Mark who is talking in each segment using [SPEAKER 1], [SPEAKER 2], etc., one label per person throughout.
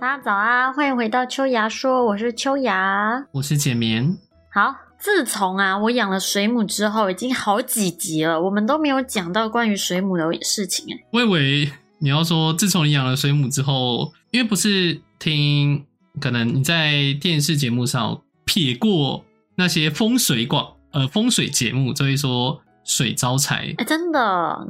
[SPEAKER 1] 大家早啊，欢迎回到秋芽说，我是秋芽。
[SPEAKER 2] 我是简眠。
[SPEAKER 1] 好，自从啊我养了水母之后，已经好几集了，我们都没有讲到关于水母的事情哎、
[SPEAKER 2] 我以为你要说，自从你养了水母之后，因为不是听可能你在电视节目上撇过那些风水广呃风水节目，就会说水招财
[SPEAKER 1] 哎、。真的。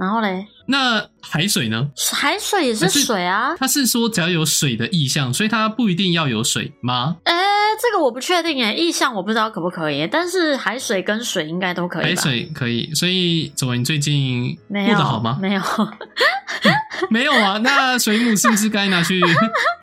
[SPEAKER 1] 然后嘞，
[SPEAKER 2] 那海水呢？
[SPEAKER 1] 海水也是
[SPEAKER 2] 可是
[SPEAKER 1] 水啊。
[SPEAKER 2] 它是说只要有水的意象，所以它不一定要有水吗？
[SPEAKER 1] 哎、这个我不确定哎，意象我不知道可不可以，但是海水跟水应该都可以吧？
[SPEAKER 2] 海水可以，所以怎么你最近过
[SPEAKER 1] 没有
[SPEAKER 2] 得好吗？啊
[SPEAKER 1] 没有，
[SPEAKER 2] 没有啊，那水母是不是该 拿去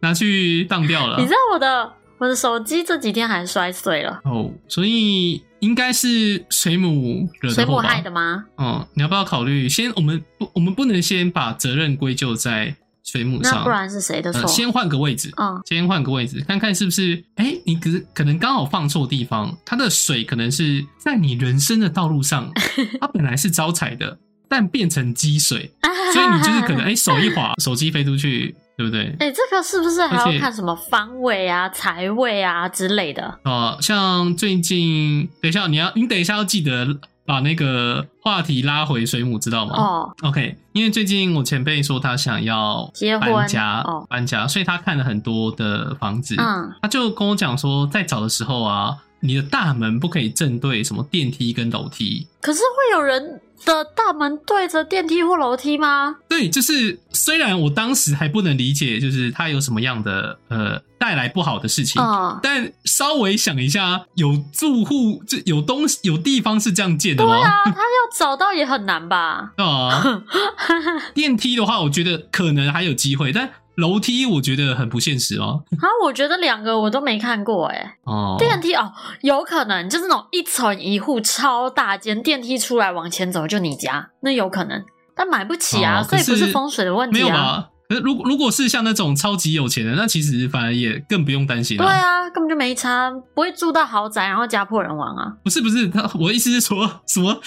[SPEAKER 2] 拿去当掉了啊
[SPEAKER 1] 你？知道我的我的手机这几天还摔碎了，
[SPEAKER 2] 哦，所以应该是水母惹
[SPEAKER 1] 水
[SPEAKER 2] 的
[SPEAKER 1] 母
[SPEAKER 2] 祸吧？
[SPEAKER 1] 害的吗？
[SPEAKER 2] 哦，你要不要考虑先？我们不，我们不能先把责任归咎在水母
[SPEAKER 1] 那
[SPEAKER 2] 上，
[SPEAKER 1] 不然是谁的错？
[SPEAKER 2] 呃，先换个位置，
[SPEAKER 1] 嗯
[SPEAKER 2] 先换个位置，看看是不是？哎，你可可能刚好放错地方，它的水可能是在你人生的道 路上，它本来是招财的，但变成积水，所以你就是可能哎手一滑，手机飞出去，对不对？
[SPEAKER 1] 哎、这个是不是还
[SPEAKER 2] 而且
[SPEAKER 1] 要看什么方位啊、财位啊之类的？
[SPEAKER 2] 啊、像最近，等一下你要，你等一下要记得把那个话题拉回水母，知道吗？
[SPEAKER 1] 哦，
[SPEAKER 2] OK，因为最近我前辈说他想要
[SPEAKER 1] 结婚
[SPEAKER 2] 搬家，
[SPEAKER 1] 哦
[SPEAKER 2] 搬家，所以他看了很多的房子。
[SPEAKER 1] 嗯，
[SPEAKER 2] 他就跟我讲说，在找的时候啊，你的大门不可以正对什么电梯跟楼梯。
[SPEAKER 1] 可是会有人的大门对着电梯或楼梯吗？
[SPEAKER 2] 对，就是虽然我当时还不能理解，就是他有什么样的呃带来不好的事情，
[SPEAKER 1] 嗯，
[SPEAKER 2] 但稍微想一下，啊有住户这有东西有地方是这样建的吗？
[SPEAKER 1] 对啊，他要找到也很难吧？
[SPEAKER 2] 对啊， 电梯的话，我觉得可能还有机会，但楼梯我觉得很不现实哦。
[SPEAKER 1] 啊，我觉得两个我都没看过、欸，哎，
[SPEAKER 2] 哦，
[SPEAKER 1] 电梯哦，有可能就是那种一层一户超大间，电梯出来往前走就你家，那有可能，但买不起啊，
[SPEAKER 2] 哦
[SPEAKER 1] 所以不
[SPEAKER 2] 可
[SPEAKER 1] 是
[SPEAKER 2] 是
[SPEAKER 1] 风水的问
[SPEAKER 2] 没
[SPEAKER 1] 题
[SPEAKER 2] 有
[SPEAKER 1] 啊。
[SPEAKER 2] 吧？可是如果如果是像那种超级有钱的，那其实反而也更不用担心
[SPEAKER 1] 对
[SPEAKER 2] 了、
[SPEAKER 1] 啊，根本就没差，不会住到豪宅，然后家破人亡啊。
[SPEAKER 2] 不是不是，他我的意思是说 什么？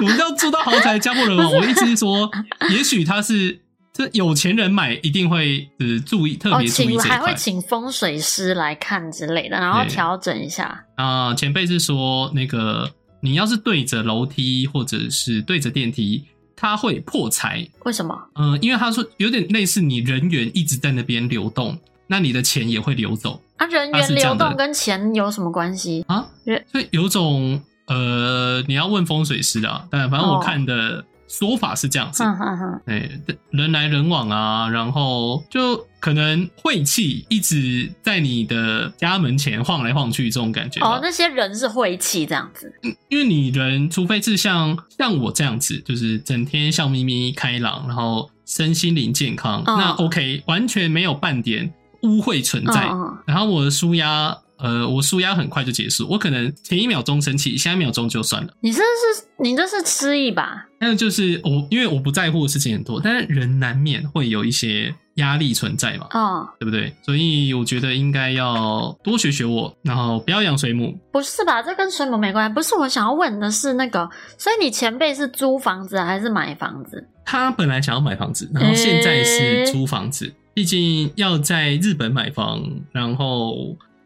[SPEAKER 2] 我们要住到豪宅家破人亡。我的意思是说，也许他是这有钱人买一定会呃注意特
[SPEAKER 1] 哦，
[SPEAKER 2] 别注
[SPEAKER 1] 请
[SPEAKER 2] 意这一
[SPEAKER 1] 还
[SPEAKER 2] 块
[SPEAKER 1] 会请风水师来看之类的，然后
[SPEAKER 2] 对
[SPEAKER 1] 调整一下。
[SPEAKER 2] 啊、前辈是说那个你要是对着楼梯或者是对着电梯，它会破财。
[SPEAKER 1] 为什么？
[SPEAKER 2] 嗯、因为他说有点类似你人员一直在那边流动，那你的钱也会流走
[SPEAKER 1] 啊，人
[SPEAKER 2] 它
[SPEAKER 1] 员
[SPEAKER 2] 是这
[SPEAKER 1] 流
[SPEAKER 2] 样的
[SPEAKER 1] 动跟钱有什么关系？
[SPEAKER 2] 啊
[SPEAKER 1] 人，
[SPEAKER 2] 所以有种呃，你要问风水师啦。但反正我
[SPEAKER 1] 哦
[SPEAKER 2] 看的说法是这样子，
[SPEAKER 1] 哼哼哼，
[SPEAKER 2] 哎、人来人往啊，然后就可能晦气一直在你的家门前晃来晃去这种感觉吧。
[SPEAKER 1] 哦，那些人是晦气这样子。
[SPEAKER 2] 因为你人，除非是像像我这样子，就是整天笑眯眯、开朗，然后身心灵健康，
[SPEAKER 1] 嗯
[SPEAKER 2] 那 OK，完全没有半点污秽存
[SPEAKER 1] 嗯
[SPEAKER 2] 在。
[SPEAKER 1] 嗯，
[SPEAKER 2] 然后我的舒压，呃，我舒压很快就结束，我可能前一秒钟生气，下一秒钟就算了。
[SPEAKER 1] 你这是你这是失忆吧？
[SPEAKER 2] 但是就是我，因为我不在乎的事情很多，但是人难免会有一些压力存在嘛，
[SPEAKER 1] 哦，
[SPEAKER 2] 对不对？所以我觉得应该要多学学我，然后不要养水母。
[SPEAKER 1] 不是吧？这跟水母没关系。不是，我想要问的是那个，所以你前辈是租房子还是买房子？
[SPEAKER 2] 他本来想要买房子，然后现在是租房子，毕竟要在日本买房，然后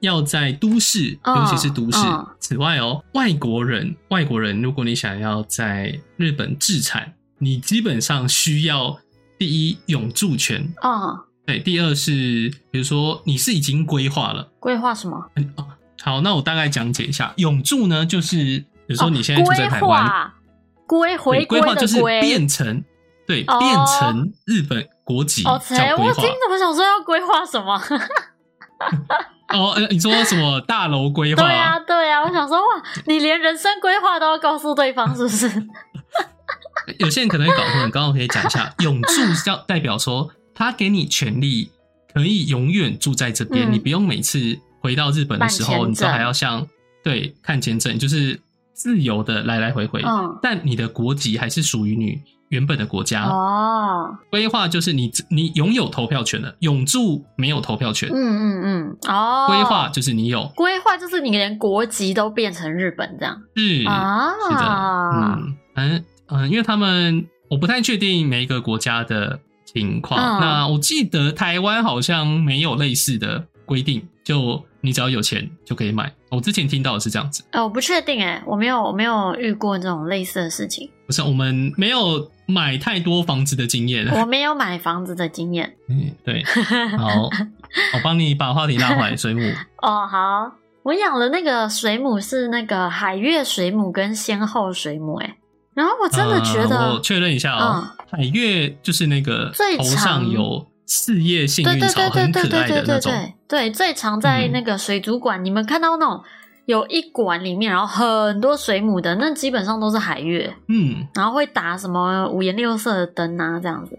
[SPEAKER 2] 要在都市，
[SPEAKER 1] 嗯
[SPEAKER 2] 尤其是都市。
[SPEAKER 1] 嗯
[SPEAKER 2] 此外哦，外国人，外国人，如果你想要在日本置产，你基本上需要第一永住权，
[SPEAKER 1] 哦，
[SPEAKER 2] 对，第二是比如说你是已经规划了。
[SPEAKER 1] 规划什么？
[SPEAKER 2] 嗯哦好，那我大概讲解一下，永住呢，就是比如
[SPEAKER 1] 比
[SPEAKER 2] 说你现在住在台湾，
[SPEAKER 1] 哦规划归
[SPEAKER 2] 对
[SPEAKER 1] 回归
[SPEAKER 2] 规划就
[SPEAKER 1] 的
[SPEAKER 2] 是
[SPEAKER 1] 归。
[SPEAKER 2] 变成，对，
[SPEAKER 1] 哦
[SPEAKER 2] 变成日本国籍
[SPEAKER 1] 哦，才
[SPEAKER 2] 叫规
[SPEAKER 1] 我
[SPEAKER 2] 划
[SPEAKER 1] 听。怎么想说要规划什么？
[SPEAKER 2] 哦，呃，你说什么大楼规
[SPEAKER 1] 对
[SPEAKER 2] 划？
[SPEAKER 1] 啊，对啊，我想说哇，你连人生规划都要告诉对方，是不 是？
[SPEAKER 2] 有些人可能会搞混，刚刚可以讲一下，永住叫代表说他给你权利，可以永远住在这边，
[SPEAKER 1] 嗯
[SPEAKER 2] 你不用每次回到日本的时
[SPEAKER 1] 办签
[SPEAKER 2] 候，
[SPEAKER 1] 证
[SPEAKER 2] 你都还要像对看签证，就是自由的来来回回。
[SPEAKER 1] 嗯，
[SPEAKER 2] 但你的国籍还是属于你原本的国家。
[SPEAKER 1] 哦，
[SPEAKER 2] 规划就是你你拥有投票权了，永住没有投票权。
[SPEAKER 1] 嗯嗯嗯，哦，
[SPEAKER 2] 规划就是你有，
[SPEAKER 1] 规划就是你连国籍都变成日本这样
[SPEAKER 2] 是、嗯
[SPEAKER 1] 啊？嗯
[SPEAKER 2] 呃是的，嗯，反正嗯，因为他们我不太确定每一个国家的情况。
[SPEAKER 1] 嗯
[SPEAKER 2] 那我记得台湾好像没有类似的规定，就你只要有钱就可以买。我之前听到的是这样子，
[SPEAKER 1] 呃，我不确定哎、我没有我没有遇过这种类似的事 情，
[SPEAKER 2] 不是我们没有买太多房子的经验。
[SPEAKER 1] 我没有买房子的经验。
[SPEAKER 2] 嗯， 对，好，我帮你把话题拉回来，水母。
[SPEAKER 1] 哦，好，我养的那个水母是那个海月水母跟仙后水母哎、然后我 真的觉得、嗯
[SPEAKER 2] 呃我确认一下哦，海月就是那个
[SPEAKER 1] 最
[SPEAKER 2] 头
[SPEAKER 1] 长
[SPEAKER 2] 上有四叶幸
[SPEAKER 1] 对
[SPEAKER 2] 运
[SPEAKER 1] 对
[SPEAKER 2] 草，
[SPEAKER 1] 对
[SPEAKER 2] 很
[SPEAKER 1] 对对
[SPEAKER 2] 可
[SPEAKER 1] 对
[SPEAKER 2] 爱的
[SPEAKER 1] 对
[SPEAKER 2] 那
[SPEAKER 1] 对
[SPEAKER 2] 种。
[SPEAKER 1] 对，对最常在
[SPEAKER 2] 嗯
[SPEAKER 1] 那个水族馆，你们看到那种有一馆里面，然后很多水母的，那基本上都是海月，
[SPEAKER 2] 嗯，
[SPEAKER 1] 然后会打什么五颜六色的灯啊，这样子。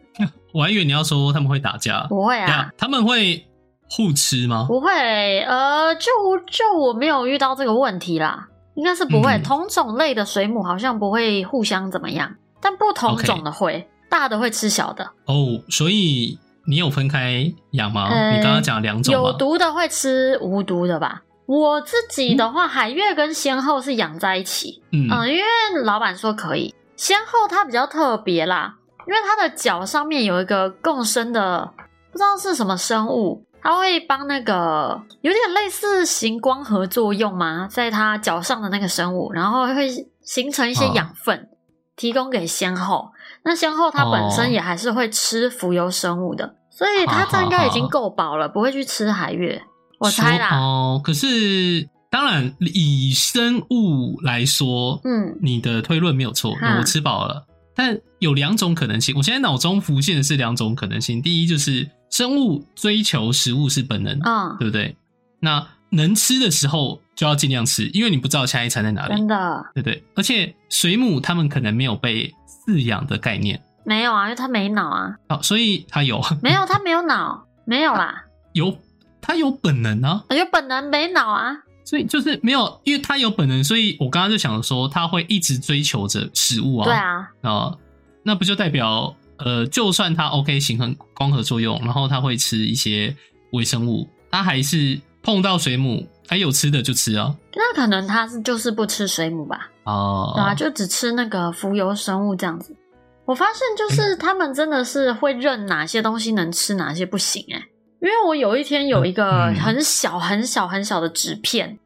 [SPEAKER 2] 我还以为你要说他们会打架，
[SPEAKER 1] 不会
[SPEAKER 2] 等一
[SPEAKER 1] 啊
[SPEAKER 2] 下，他们会互吃吗？
[SPEAKER 1] 不会，呃，就就我没有遇到这个问题啦，应该是不会。
[SPEAKER 2] 嗯
[SPEAKER 1] 同种类的水母好像不会互相怎么样，但不同
[SPEAKER 2] OK
[SPEAKER 1] 种的会大的会吃小的，
[SPEAKER 2] 哦，所以你有分开养吗？
[SPEAKER 1] 呃
[SPEAKER 2] 你刚刚讲两种
[SPEAKER 1] 有
[SPEAKER 2] 嘛，
[SPEAKER 1] 毒的会吃无毒的吧。我自己的话，海月跟仙后是养在一起，
[SPEAKER 2] 嗯，
[SPEAKER 1] 嗯，因为老板说可以。先后它比较特别啦，因为它的脚上面有一个共生的，不知道是什么生物，它会帮那个有点类似行光合作用嘛，在它脚上的那个生物，然后会形成一些
[SPEAKER 2] 哦
[SPEAKER 1] 养分，提供给先后。那先后它本
[SPEAKER 2] 哦
[SPEAKER 1] 身也还是会吃浮游生物的，所以它这应该已经够饱了，不会去吃海月。我猜
[SPEAKER 2] 啊说
[SPEAKER 1] 啦，
[SPEAKER 2] 哦，可是当然以生物来说，
[SPEAKER 1] 嗯，
[SPEAKER 2] 你的推论没有错，
[SPEAKER 1] 哈
[SPEAKER 2] 我吃饱了。但有两种可能性，我现在脑中浮现的是两种可能性。第一就是生物追求食物是本能，
[SPEAKER 1] 嗯，
[SPEAKER 2] 对不对？那能吃的时候就要尽量吃，因为你不知道下一餐在哪里
[SPEAKER 1] 真，的
[SPEAKER 2] 对不对？而且水母它们可能没有被饲养的概念，
[SPEAKER 1] 没有啊，因为它没脑啊。
[SPEAKER 2] 好，所以它有
[SPEAKER 1] 没有，他没有脑，没有啊啦，
[SPEAKER 2] 有它有本能啊，
[SPEAKER 1] 有本能没脑啊。
[SPEAKER 2] 所以就是没有，因为它有本能，所以我刚刚就想说，它会一直追求着食物
[SPEAKER 1] 对啊，
[SPEAKER 2] 啊，那不就代表呃，就算它 OK 形成光合作用，然后它会吃一些微生物，它还是碰到水母，它有吃的就吃啊。
[SPEAKER 1] 那可能他是就是不吃水母吧，
[SPEAKER 2] 哦、
[SPEAKER 1] 对啊，就只吃那个浮游生物这样子。我发现就是他们真的是会认哪些东西能吃，哪些不行哎、因为我有一天有一个
[SPEAKER 2] 嗯
[SPEAKER 1] 很小很小很小的纸片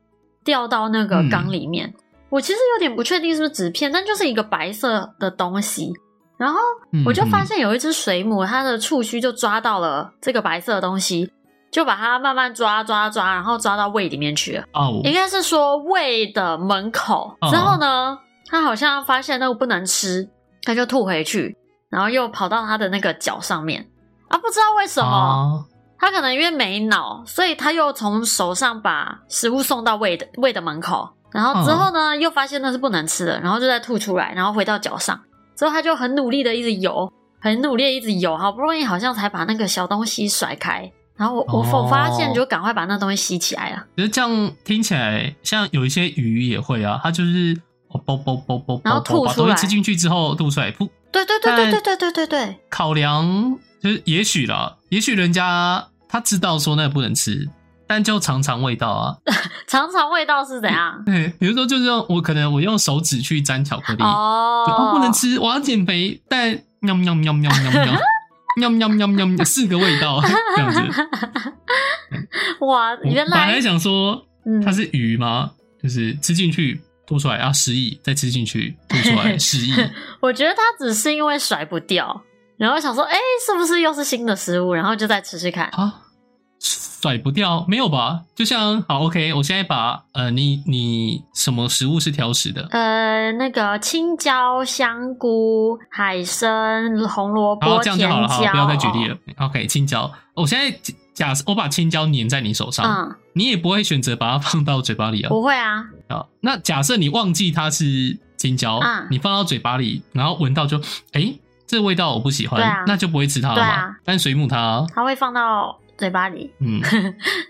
[SPEAKER 1] 掉到那个
[SPEAKER 2] 嗯
[SPEAKER 1] 缸里面，我其实有点不确定是不是纸片，但就是一个白色的东西。然后
[SPEAKER 2] 嗯
[SPEAKER 1] 我就发、
[SPEAKER 2] 嗯
[SPEAKER 1] 现有一只水母，它的触须就抓到了这个白色的东西，就把它慢慢抓抓抓，然后抓到胃里面去了。
[SPEAKER 2] 哦，
[SPEAKER 1] 应该是说胃的门口
[SPEAKER 2] 哦
[SPEAKER 1] 之后呢，它好像发现那个不能吃，它就吐回去，然后又跑到它的那个脚上面啊，不知道为什么，
[SPEAKER 2] 啊
[SPEAKER 1] 它可能因为没脑，所以它又从手上把食物送到胃的胃的门口，然后
[SPEAKER 2] 嗯
[SPEAKER 1] 之后呢，又发现那是不能吃的，然后就再吐出来，然后回到脚上，之后它就很努力的一直游，很努力的一直游，好不容易好像才把那个小东西甩开，然后我我
[SPEAKER 2] 哦
[SPEAKER 1] 我发现就赶快把那东西吸起来了，
[SPEAKER 2] 可是这样听起来，像有一些鱼也会啊，它就是哦，啵啵啵啵啵，
[SPEAKER 1] 然后
[SPEAKER 2] 啵
[SPEAKER 1] 吐
[SPEAKER 2] 把
[SPEAKER 1] 出
[SPEAKER 2] 东
[SPEAKER 1] 来
[SPEAKER 2] 西吃进去之后吐出来，不
[SPEAKER 1] 对对对对
[SPEAKER 2] 但
[SPEAKER 1] 对对对对对。
[SPEAKER 2] 考量就是也许啦，也许人家他知道说那个不能吃，但就尝尝味道啊。
[SPEAKER 1] 尝尝味道是怎样？
[SPEAKER 2] 对， 比如说就是用我可能我用手指去沾巧克力，
[SPEAKER 1] 哦
[SPEAKER 2] 就哦不能吃，我要减肥，但喵喵喵喵喵喵喵喵喵喵喵四个味道这样子。
[SPEAKER 1] 哇，
[SPEAKER 2] 我
[SPEAKER 1] 原
[SPEAKER 2] 本来
[SPEAKER 1] 来
[SPEAKER 2] 想说
[SPEAKER 1] 嗯
[SPEAKER 2] 它是鱼吗？就是吃进去吐出来啊失忆，再吃进去吐出来 失忆。
[SPEAKER 1] 我觉得他只是因为甩不掉，然后想说，哎、是不是又是新的食物？然后就再吃吃看。
[SPEAKER 2] 啊，甩不掉，没有吧？就像好，OK，我现在把呃，你你什么食物是挑食的？
[SPEAKER 1] 呃，那个青椒、香菇、海参、红萝
[SPEAKER 2] 好，
[SPEAKER 1] 卜、
[SPEAKER 2] 这
[SPEAKER 1] 甜
[SPEAKER 2] 样就好了，好，
[SPEAKER 1] 椒，
[SPEAKER 2] 不要再举例了。OK，青椒，我现在假假设我把青椒粘在你手上，
[SPEAKER 1] 哦。嗯，
[SPEAKER 2] 你也不会选择把它放到嘴巴里啊。
[SPEAKER 1] 不会啊，
[SPEAKER 2] 啊，那假设你忘记它是青椒，
[SPEAKER 1] 嗯
[SPEAKER 2] 你放到嘴巴里，然后闻到就，哎、这味道我不喜欢，
[SPEAKER 1] 对啊
[SPEAKER 2] 那就不会吃它了嘛。
[SPEAKER 1] 对啊
[SPEAKER 2] 但水母它，哦
[SPEAKER 1] 它会放到嘴巴里，
[SPEAKER 2] 嗯，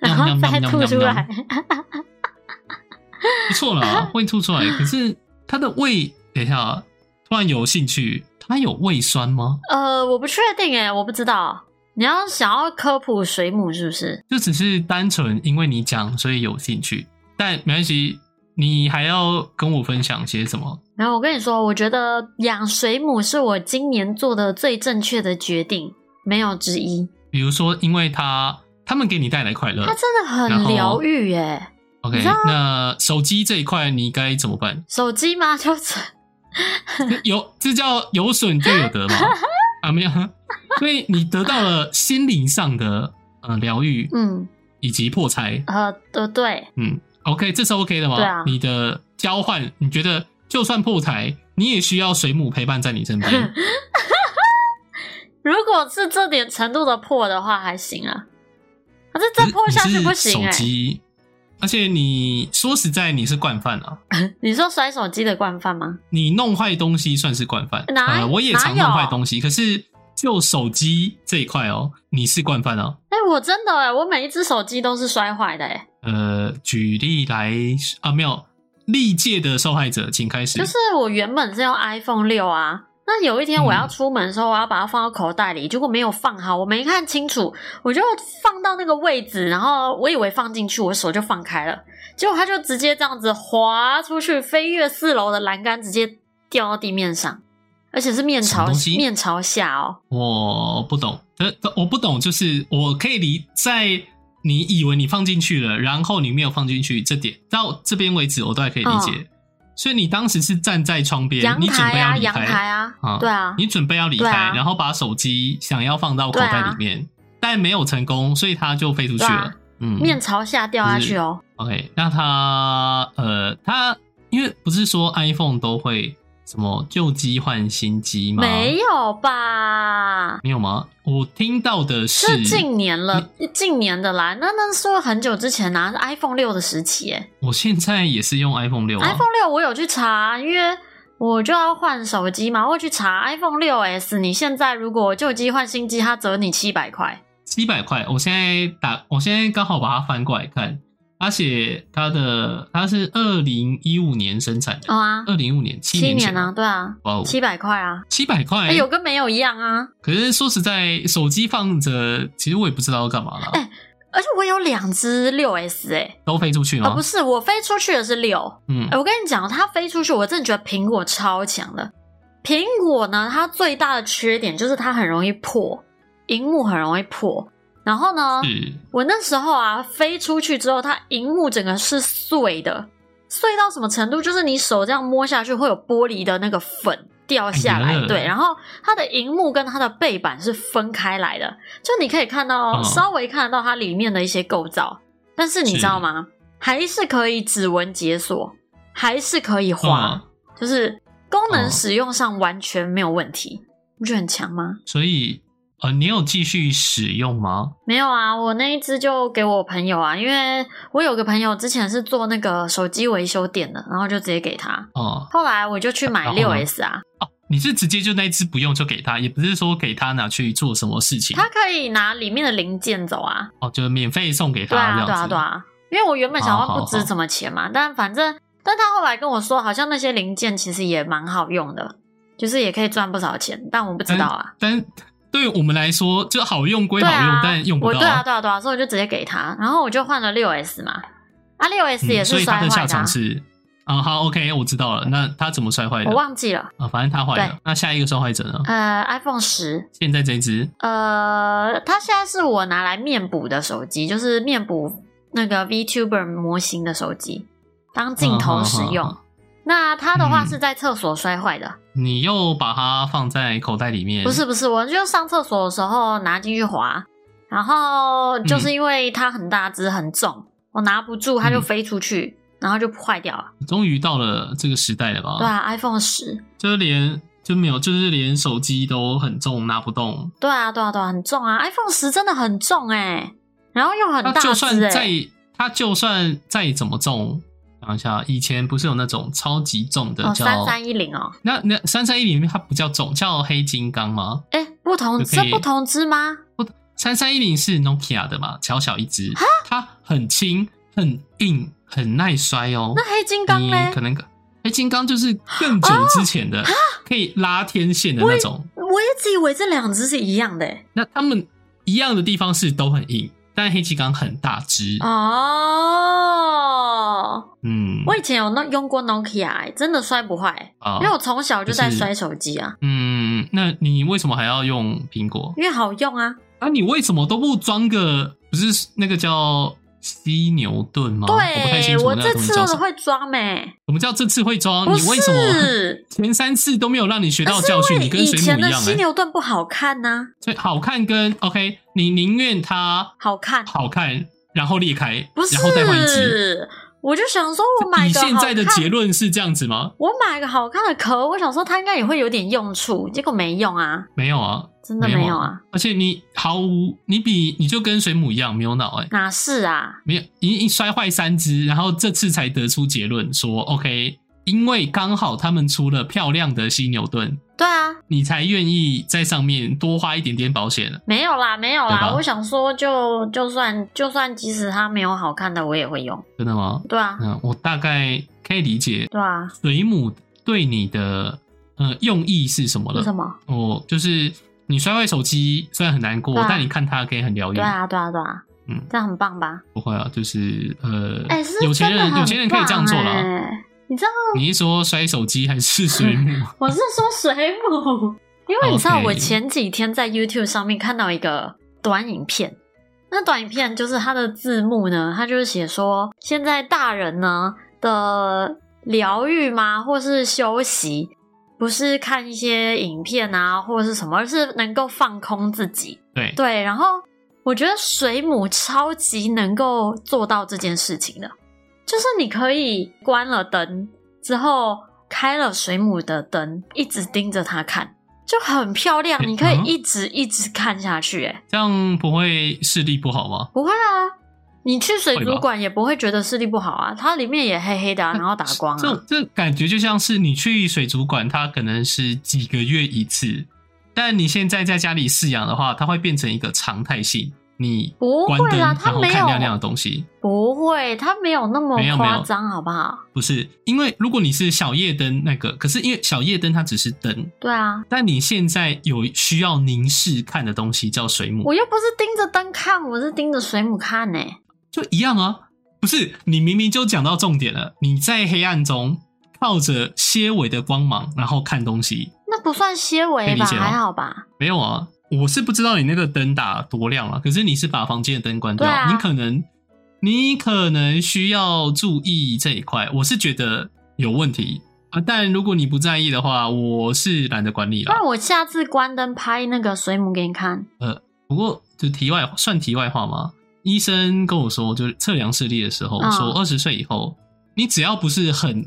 [SPEAKER 1] 然
[SPEAKER 2] 喵
[SPEAKER 1] 后
[SPEAKER 2] 喵
[SPEAKER 1] 再
[SPEAKER 2] 喵
[SPEAKER 1] 吐
[SPEAKER 2] 喵
[SPEAKER 1] 出
[SPEAKER 2] 喵
[SPEAKER 1] 来。
[SPEAKER 2] 不 错啦，会吐出来。可是它的胃，等一下啊，突然有兴趣，它有胃酸吗？
[SPEAKER 1] 呃，我不确定哎，我不知道。你要想要科普水母是不是？
[SPEAKER 2] 就只是单纯因为你讲，所以有兴趣。但没关系，你还要跟我分享些什么？
[SPEAKER 1] 然后我跟你说，我觉得养水母是我今年做的最正确的决定，没有之一。
[SPEAKER 2] 比如说，因为他他们给你带来快乐
[SPEAKER 1] 它真的
[SPEAKER 2] 然
[SPEAKER 1] 很
[SPEAKER 2] 后
[SPEAKER 1] 疗愈耶。
[SPEAKER 2] ，OK，
[SPEAKER 1] 知道？
[SPEAKER 2] 那手机这一块你该怎么办
[SPEAKER 1] 手机吗？就是
[SPEAKER 2] 有这叫有损就有 得嘛？啊，没有，所以你得到了心灵上的呃疗愈
[SPEAKER 1] 嗯
[SPEAKER 2] 以及破财，
[SPEAKER 1] 呃呃对，
[SPEAKER 2] 嗯，OK，这是 OK 的吗？
[SPEAKER 1] 对啊
[SPEAKER 2] 你的交换，你觉得就算破财，你也需要水母陪伴在 你身边
[SPEAKER 1] 如果是这点程度的破的话还行啊，可是再破下去不行
[SPEAKER 2] 你
[SPEAKER 1] 哎
[SPEAKER 2] 是手、机，而且你说实在，你是惯犯啊，
[SPEAKER 1] 你说摔手机的惯犯吗？
[SPEAKER 2] 你弄坏东西算是惯犯。
[SPEAKER 1] 哪
[SPEAKER 2] 呃、我也
[SPEAKER 1] 哪
[SPEAKER 2] 常弄
[SPEAKER 1] 有
[SPEAKER 2] 坏东西，可是就手机这一块哦，你是惯犯哦。
[SPEAKER 1] 哎、我真的哎、我每一只手机都是摔坏的哎、
[SPEAKER 2] 呃，举例来啊，没有历届的受害者，请开始。
[SPEAKER 1] 就是我原本是用 iPhone 六啊，那有一天
[SPEAKER 2] 嗯
[SPEAKER 1] 我要出门的时候，我要把它放到口袋里，结果没有放好，我没看清楚，我就放到那个位置，然后我以为放进去，我手就放开了，结果它就直接这样子滑出去，飞越四楼的栏杆，直接掉到地面上，而且是面
[SPEAKER 2] 什么
[SPEAKER 1] 朝
[SPEAKER 2] 东西
[SPEAKER 1] 面朝下哦。
[SPEAKER 2] 我不懂，呃，我不懂，就是我可以理在你以为你放进去了，然后你没有放进去这点，到这边为止我都还可以理解。所以你当时是站在窗边，
[SPEAKER 1] 嗯阳
[SPEAKER 2] 你准
[SPEAKER 1] 台
[SPEAKER 2] 备要
[SPEAKER 1] 啊，
[SPEAKER 2] 离
[SPEAKER 1] 阳
[SPEAKER 2] 开，
[SPEAKER 1] 台啊，
[SPEAKER 2] 啊
[SPEAKER 1] 对啊，
[SPEAKER 2] 你准备要离开，
[SPEAKER 1] 对啊
[SPEAKER 2] 然后把手机想要放到口袋里面，但没有成功，所以它就飞出去
[SPEAKER 1] 对
[SPEAKER 2] 了。
[SPEAKER 1] 啊
[SPEAKER 2] 嗯，
[SPEAKER 1] 面朝下掉下去哦。
[SPEAKER 2] OK，那它呃，它因为不是说 iPhone 都会什么旧机换新机吗？
[SPEAKER 1] 没有吧？
[SPEAKER 2] 没有吗？我听到的
[SPEAKER 1] 是
[SPEAKER 2] 是
[SPEAKER 1] 近年了，近年的啦。那那说很久之前拿、是 iPhone 六的时期、耶
[SPEAKER 2] 我现在也是用 iPhone 六、啊、
[SPEAKER 1] i p h o n e 六我有去查，因为我就要换手机嘛，我有去查 iPhone 六 S，你现在如果旧机换新机，它折你七百块。
[SPEAKER 2] 七百块，我现在打，我现在刚好把它翻过来看，它写它的它是二零一五年生产的，
[SPEAKER 1] 哦啊，
[SPEAKER 2] 二零一五年七
[SPEAKER 1] 七
[SPEAKER 2] 前
[SPEAKER 1] 年啊，，对啊，
[SPEAKER 2] 哇哦，
[SPEAKER 1] 七百块啊，
[SPEAKER 2] 七百块
[SPEAKER 1] 哎，，有跟没有一样啊。
[SPEAKER 2] 可是说实在，手机放着，其实我也不知道要干嘛啦，
[SPEAKER 1] 哎而且我有两只六 S 哎、
[SPEAKER 2] 都飞出去
[SPEAKER 1] 啊
[SPEAKER 2] 吗？
[SPEAKER 1] 不是，我飞出去的是六，
[SPEAKER 2] 嗯
[SPEAKER 1] 欸，我跟你讲，它飞出去，我真的觉得苹果超强的。苹果呢，它最大的缺点就是它很容易破，荧幕很容易破。然后呢，
[SPEAKER 2] 是
[SPEAKER 1] 我那时候啊，飞出去之后，它荧幕整个是碎的，碎到什么程度？就是你手这样摸下去，会有玻璃的那个粉掉下
[SPEAKER 2] 哎
[SPEAKER 1] 来。
[SPEAKER 2] 呀
[SPEAKER 1] 对，然后它的荧幕跟它的背板是分开来的，就你可以看到、
[SPEAKER 2] 嗯
[SPEAKER 1] 稍微看得到它里面的一些构造，但是你
[SPEAKER 2] 是
[SPEAKER 1] 知道吗？还是可以指纹解锁，还是可以滑，
[SPEAKER 2] 嗯
[SPEAKER 1] 就是功能
[SPEAKER 2] 嗯
[SPEAKER 1] 使用上完全没有问题。你不觉得很强吗？
[SPEAKER 2] 所以呃，你有继续使用吗？
[SPEAKER 1] 没有啊，我那一只就给我朋友啊，因为我有个朋友之前是做那个手机维修店的，然后就直接给他。
[SPEAKER 2] 哦、
[SPEAKER 1] 后来我就去买
[SPEAKER 2] 然后
[SPEAKER 1] 六
[SPEAKER 2] 呢
[SPEAKER 1] S 啊，
[SPEAKER 2] 哦，你是直接就那一只不用就给他，也不是说给他拿去做什么事情，
[SPEAKER 1] 他可以拿里面的零件走啊，
[SPEAKER 2] 哦，就是免费送给他
[SPEAKER 1] 对啊，
[SPEAKER 2] 这样子。
[SPEAKER 1] 对啊，对啊，因为我原本想
[SPEAKER 2] 好好
[SPEAKER 1] 要不值什么钱嘛，但反正，但他后来跟我说，好像那些零件其实也蛮好用的，就是也可以赚不少钱，但我不知道啊。
[SPEAKER 2] 但对我们来说，就好用归
[SPEAKER 1] 对
[SPEAKER 2] 嗯好用，
[SPEAKER 1] 啊，
[SPEAKER 2] 但用不
[SPEAKER 1] 我
[SPEAKER 2] 到、
[SPEAKER 1] 对啊，对啊，对啊，所以我就直接给他，然后我就换了六 S 嘛，啊，六 S 也
[SPEAKER 2] 嗯，所
[SPEAKER 1] 是
[SPEAKER 2] 以
[SPEAKER 1] 摔
[SPEAKER 2] 他
[SPEAKER 1] 坏
[SPEAKER 2] 的下
[SPEAKER 1] 啊
[SPEAKER 2] 场是啊，好，OK，我知道了。那他怎么摔坏的
[SPEAKER 1] 我？忘记了，
[SPEAKER 2] 啊，反正他坏了
[SPEAKER 1] 对。
[SPEAKER 2] 那下一个受害者呢？
[SPEAKER 1] 呃，iPhone 十。
[SPEAKER 2] 现在这一只
[SPEAKER 1] 呃，它现在是我拿来面补的手机，就是面补那个 VTuber 模型的手机，当镜头使用。
[SPEAKER 2] 嗯嗯嗯
[SPEAKER 1] 那它的话
[SPEAKER 2] 嗯
[SPEAKER 1] 是在厕所摔坏的，
[SPEAKER 2] 你又把它放在口袋里面？
[SPEAKER 1] 不是不是，我就上厕所的时候拿进去滑，然后
[SPEAKER 2] 嗯
[SPEAKER 1] 就是因为它很大只很重，我拿不住，它就
[SPEAKER 2] 嗯
[SPEAKER 1] 飞出去，然后就坏掉了。
[SPEAKER 2] 终于到了这个时代了吧？
[SPEAKER 1] 对啊，iPhone 十，
[SPEAKER 2] 就是连就没有，就是连手机都很重，拿不动。
[SPEAKER 1] 对啊对啊对啊，很重啊，iPhone 十真的很重哎、然后又很
[SPEAKER 2] 它
[SPEAKER 1] 大只、欸，
[SPEAKER 2] 就算再它就算再怎么重，想一下，以前不是有那种超级重的
[SPEAKER 1] 哦
[SPEAKER 2] 叫
[SPEAKER 1] 三三一零哦，
[SPEAKER 2] 那那三三一里面它不叫重，叫黑金刚吗？
[SPEAKER 1] 哎、不同
[SPEAKER 2] 就可
[SPEAKER 1] 这
[SPEAKER 2] 以
[SPEAKER 1] 不同只吗？
[SPEAKER 2] 三三一零是 Nokia 的嘛，小小一只，它很轻、很硬、很耐摔哦。
[SPEAKER 1] 那黑金刚
[SPEAKER 2] 你
[SPEAKER 1] 嘞
[SPEAKER 2] 可？能黑金刚就是更久之前的，可以拉天线的那种。
[SPEAKER 1] 我一直以为这两只是一样的、欸、
[SPEAKER 2] 那它们一样的地方是都很硬，但黑金刚很大只。
[SPEAKER 1] 哦。
[SPEAKER 2] 嗯，
[SPEAKER 1] 我以前有那用过 Nokia，、欸、真的摔不坏、
[SPEAKER 2] 啊
[SPEAKER 1] 因为我从小就在摔手机啊。
[SPEAKER 2] 嗯嗯嗯，那你为什么还要用苹果？
[SPEAKER 1] 因为好用啊。
[SPEAKER 2] 啊，你为什么都不装个不是那个叫犀牛盾吗？哦我不太清
[SPEAKER 1] 对，
[SPEAKER 2] 楚
[SPEAKER 1] 我
[SPEAKER 2] 那个
[SPEAKER 1] 这
[SPEAKER 2] 东西
[SPEAKER 1] 次
[SPEAKER 2] 叫什
[SPEAKER 1] 都
[SPEAKER 2] 么。
[SPEAKER 1] 会装没、
[SPEAKER 2] 什么叫这次会装？
[SPEAKER 1] 不
[SPEAKER 2] 你为什么
[SPEAKER 1] 是，
[SPEAKER 2] 前三次都没有让你学到
[SPEAKER 1] 那是
[SPEAKER 2] 教训？你
[SPEAKER 1] 因为
[SPEAKER 2] 跟
[SPEAKER 1] 以
[SPEAKER 2] 水
[SPEAKER 1] 前
[SPEAKER 2] 母
[SPEAKER 1] 的
[SPEAKER 2] 一样哎、
[SPEAKER 1] 犀牛盾不好看啊呐、
[SPEAKER 2] 所以好看跟 OK，你宁愿它
[SPEAKER 1] 好看
[SPEAKER 2] 好看，然后裂开
[SPEAKER 1] 不，是？
[SPEAKER 2] 然后再换一只。
[SPEAKER 1] 我就想说，我买
[SPEAKER 2] 你
[SPEAKER 1] 个
[SPEAKER 2] 现
[SPEAKER 1] 好
[SPEAKER 2] 在的
[SPEAKER 1] 看
[SPEAKER 2] 结论是这样子吗？
[SPEAKER 1] 我买个好看的壳，我想说它应该也会有点用处，结果没用啊，
[SPEAKER 2] 没有啊，
[SPEAKER 1] 真的
[SPEAKER 2] 没
[SPEAKER 1] 没
[SPEAKER 2] 有
[SPEAKER 1] 有啊，
[SPEAKER 2] 而且你毫无，你比你就跟水母一样没有脑哎、
[SPEAKER 1] 哪是啊？
[SPEAKER 2] 没有，一一摔坏三只，然后这次才得出结论说，OK，因为刚好他们出了漂亮的犀牛盾，
[SPEAKER 1] 对啊，
[SPEAKER 2] 你才愿意在上面多花一点点保险。
[SPEAKER 1] 没有啦，没有
[SPEAKER 2] 对吧
[SPEAKER 1] 啦。我想说就，就算就算即使它没有好看的，我也会用。
[SPEAKER 2] 真的吗？
[SPEAKER 1] 对啊，
[SPEAKER 2] 嗯，我大概可以理解
[SPEAKER 1] 对啊，
[SPEAKER 2] 水母对你的呃用意是什么
[SPEAKER 1] 为什
[SPEAKER 2] 了。
[SPEAKER 1] 么？
[SPEAKER 2] 哦，就是你摔坏手机虽然很难过，
[SPEAKER 1] 对啊
[SPEAKER 2] 但你看它可以很疗愈
[SPEAKER 1] 对。啊，对啊，对啊，
[SPEAKER 2] 嗯
[SPEAKER 1] 这样很棒吧？
[SPEAKER 2] 不会啊，就是呃
[SPEAKER 1] 哎、是，
[SPEAKER 2] 有钱人有钱人可以这样做
[SPEAKER 1] 啦。
[SPEAKER 2] 啦。
[SPEAKER 1] 你知道，
[SPEAKER 2] 你是说摔手机还是 水母？
[SPEAKER 1] 我是说水母， 因为你知道，
[SPEAKER 2] OK
[SPEAKER 1] 我前几天在 YouTube 上面看到一个短影片，那短影片就是它的字幕呢，它就是写说，现在大人呢的疗愈吗，或是休息，不是看一些影片啊，或者是什么，而是能够放空自己。
[SPEAKER 2] 对，
[SPEAKER 1] 对，然后我觉得水母超级能够做到这件事情的，就是你可以关了灯之后开了水母的灯，一直盯着它看，就很漂亮。
[SPEAKER 2] 诶
[SPEAKER 1] 你可以
[SPEAKER 2] 嗯
[SPEAKER 1] 一直一直看下去、哎，
[SPEAKER 2] 这样不会视力不好吗？
[SPEAKER 1] 不会啊。你去水
[SPEAKER 2] 会吧
[SPEAKER 1] 族馆也不会觉得视力不好啊，它里面也黑黑的、啊，然后打光
[SPEAKER 2] 这
[SPEAKER 1] 啊。
[SPEAKER 2] 这感觉就像是你去水族馆，它可能是几个月一次，但你现在在家里饲养的话，它会变成一个常态性。你
[SPEAKER 1] 不
[SPEAKER 2] 关
[SPEAKER 1] 会
[SPEAKER 2] 灯，
[SPEAKER 1] 啦
[SPEAKER 2] 然
[SPEAKER 1] 它
[SPEAKER 2] 后
[SPEAKER 1] 没
[SPEAKER 2] 看
[SPEAKER 1] 有
[SPEAKER 2] 亮亮的东西，
[SPEAKER 1] 不会，它没有那么
[SPEAKER 2] 没有没有
[SPEAKER 1] 夸张，好不好？
[SPEAKER 2] 不是因为如果你是小夜灯那个，可是因为小夜灯它只是灯，
[SPEAKER 1] 对啊，
[SPEAKER 2] 但你现在有需要凝视看的东西叫水母，
[SPEAKER 1] 我又不是盯着灯看，我是盯着水母看呢、
[SPEAKER 2] 就一样啊。不是你明明就讲到重点了，你在黑暗中靠着些微的光芒，然后看东西，
[SPEAKER 1] 那不算些
[SPEAKER 2] 可以
[SPEAKER 1] 微
[SPEAKER 2] 理
[SPEAKER 1] 吧，
[SPEAKER 2] 解哦吗
[SPEAKER 1] 还好吧？
[SPEAKER 2] 没有啊，我是不知道你那个灯打多亮啊了，可是你是把房间的灯关掉，
[SPEAKER 1] 对啊
[SPEAKER 2] 你可能你可能需要注意这一块，我是觉得有问题啊。但如果你不在意的话，我是懒得管你
[SPEAKER 1] 不然
[SPEAKER 2] 了。
[SPEAKER 1] 我下次关灯拍那个水母给你看。
[SPEAKER 2] 不过就题外算题外话嘛，医生跟我说，就是测量视力的时候、
[SPEAKER 1] 嗯
[SPEAKER 2] 说，二十岁以后，你只要不是很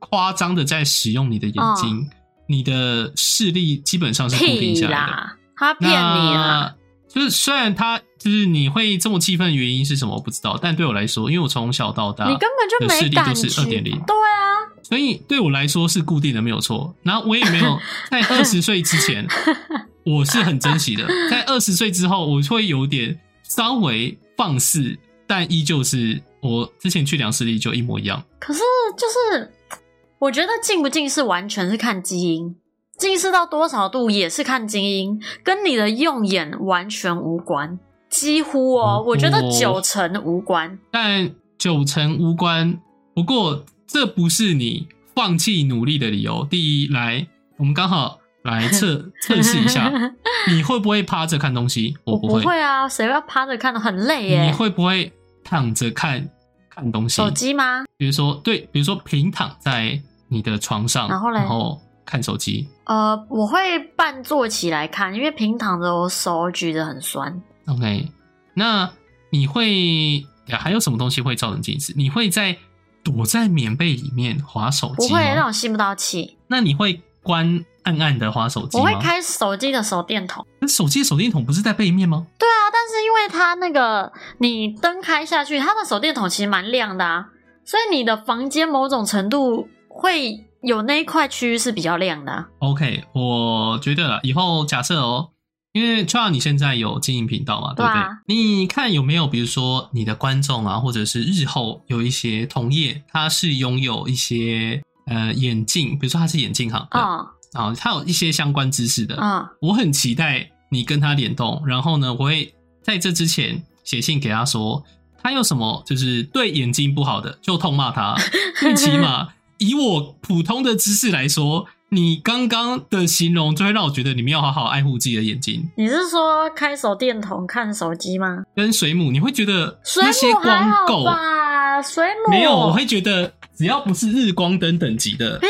[SPEAKER 2] 夸张的在使用你的眼睛，你的视力基本上是固定
[SPEAKER 1] 嗯屁
[SPEAKER 2] 下来的。
[SPEAKER 1] 啦，他
[SPEAKER 2] 那
[SPEAKER 1] 骗你啊啦！
[SPEAKER 2] 就是虽然他就是你会这么气愤的原因是什么我不知道，但对我来说，因为我从小到大
[SPEAKER 1] 你根本就
[SPEAKER 2] 的视
[SPEAKER 1] 没
[SPEAKER 2] 力
[SPEAKER 1] 感
[SPEAKER 2] 都
[SPEAKER 1] 觉。
[SPEAKER 2] 是二点零，
[SPEAKER 1] 对啊，
[SPEAKER 2] 所以对我来说是固定的，没有错。然后我也没 有在二十岁之前，我是很珍 惜的。在二十岁之后，我会有点稍微放肆，但依旧是我之前去量视力就一模一样。
[SPEAKER 1] 可是就是，我觉得近不近视完全是看基因，近视到多少度也是看基因，跟你的用眼完全无关，几乎哦
[SPEAKER 2] 哦，
[SPEAKER 1] 我觉得九成无关。
[SPEAKER 2] 但九成无关。不过这不是你放弃努力的理由。第一，来，我们刚好来测测试 一下，你会不会趴着看东西？
[SPEAKER 1] 我
[SPEAKER 2] 不
[SPEAKER 1] 不会啊，谁要趴着看的很累
[SPEAKER 2] 你
[SPEAKER 1] 耶？
[SPEAKER 2] 会不会躺着看看东西
[SPEAKER 1] 手？机吗？
[SPEAKER 2] 比如说，对，比如说平躺在你的床上，
[SPEAKER 1] 然后嘞
[SPEAKER 2] 看手机。
[SPEAKER 1] 呃，我会半坐起来看，因为平躺着我手举得很酸。
[SPEAKER 2] OK，那你会呀还有什么东西会造成近视？你会在躲在棉被里面划手
[SPEAKER 1] 不
[SPEAKER 2] 机
[SPEAKER 1] 会
[SPEAKER 2] 吗？
[SPEAKER 1] 让我吸不到气，
[SPEAKER 2] 那你会关暗暗的滑手机
[SPEAKER 1] 我
[SPEAKER 2] 吗？
[SPEAKER 1] 会开手机的手电筒。
[SPEAKER 2] 那手机的手电筒不是在背面吗？
[SPEAKER 1] 对啊，但是因为它那个你灯开下去，它的手电筒其实蛮亮的啊，所以你的房间某种程度会有那一块区域是比较亮的啊、
[SPEAKER 2] OK，我觉得啦以后假设哦，因为 c h a 你现在有经营频道嘛，对
[SPEAKER 1] 对
[SPEAKER 2] 不
[SPEAKER 1] 啊
[SPEAKER 2] 对？你看有没有比如说你的观众啊，或者是日后有一些同业，他是拥有一些呃眼镜，比如说他是眼镜行的啊、
[SPEAKER 1] 嗯
[SPEAKER 2] 哦他有一些相关知识的，
[SPEAKER 1] 嗯，
[SPEAKER 2] 我很期待你跟他联动，然后呢，我会在这之前写信给他说，他有什么就是对 眼睛不好的就痛骂他，最起码以我普通的知识来说，你刚刚的形容就会让我觉得你们要好好爱护自己的眼睛。
[SPEAKER 1] 你是说开手电筒看手机吗？
[SPEAKER 2] 跟水母，你会觉得
[SPEAKER 1] 水
[SPEAKER 2] 那些
[SPEAKER 1] 母还
[SPEAKER 2] 光
[SPEAKER 1] 好
[SPEAKER 2] 够
[SPEAKER 1] 吧？水母
[SPEAKER 2] 没有？我会觉得只要不是日光灯等级的，
[SPEAKER 1] 屁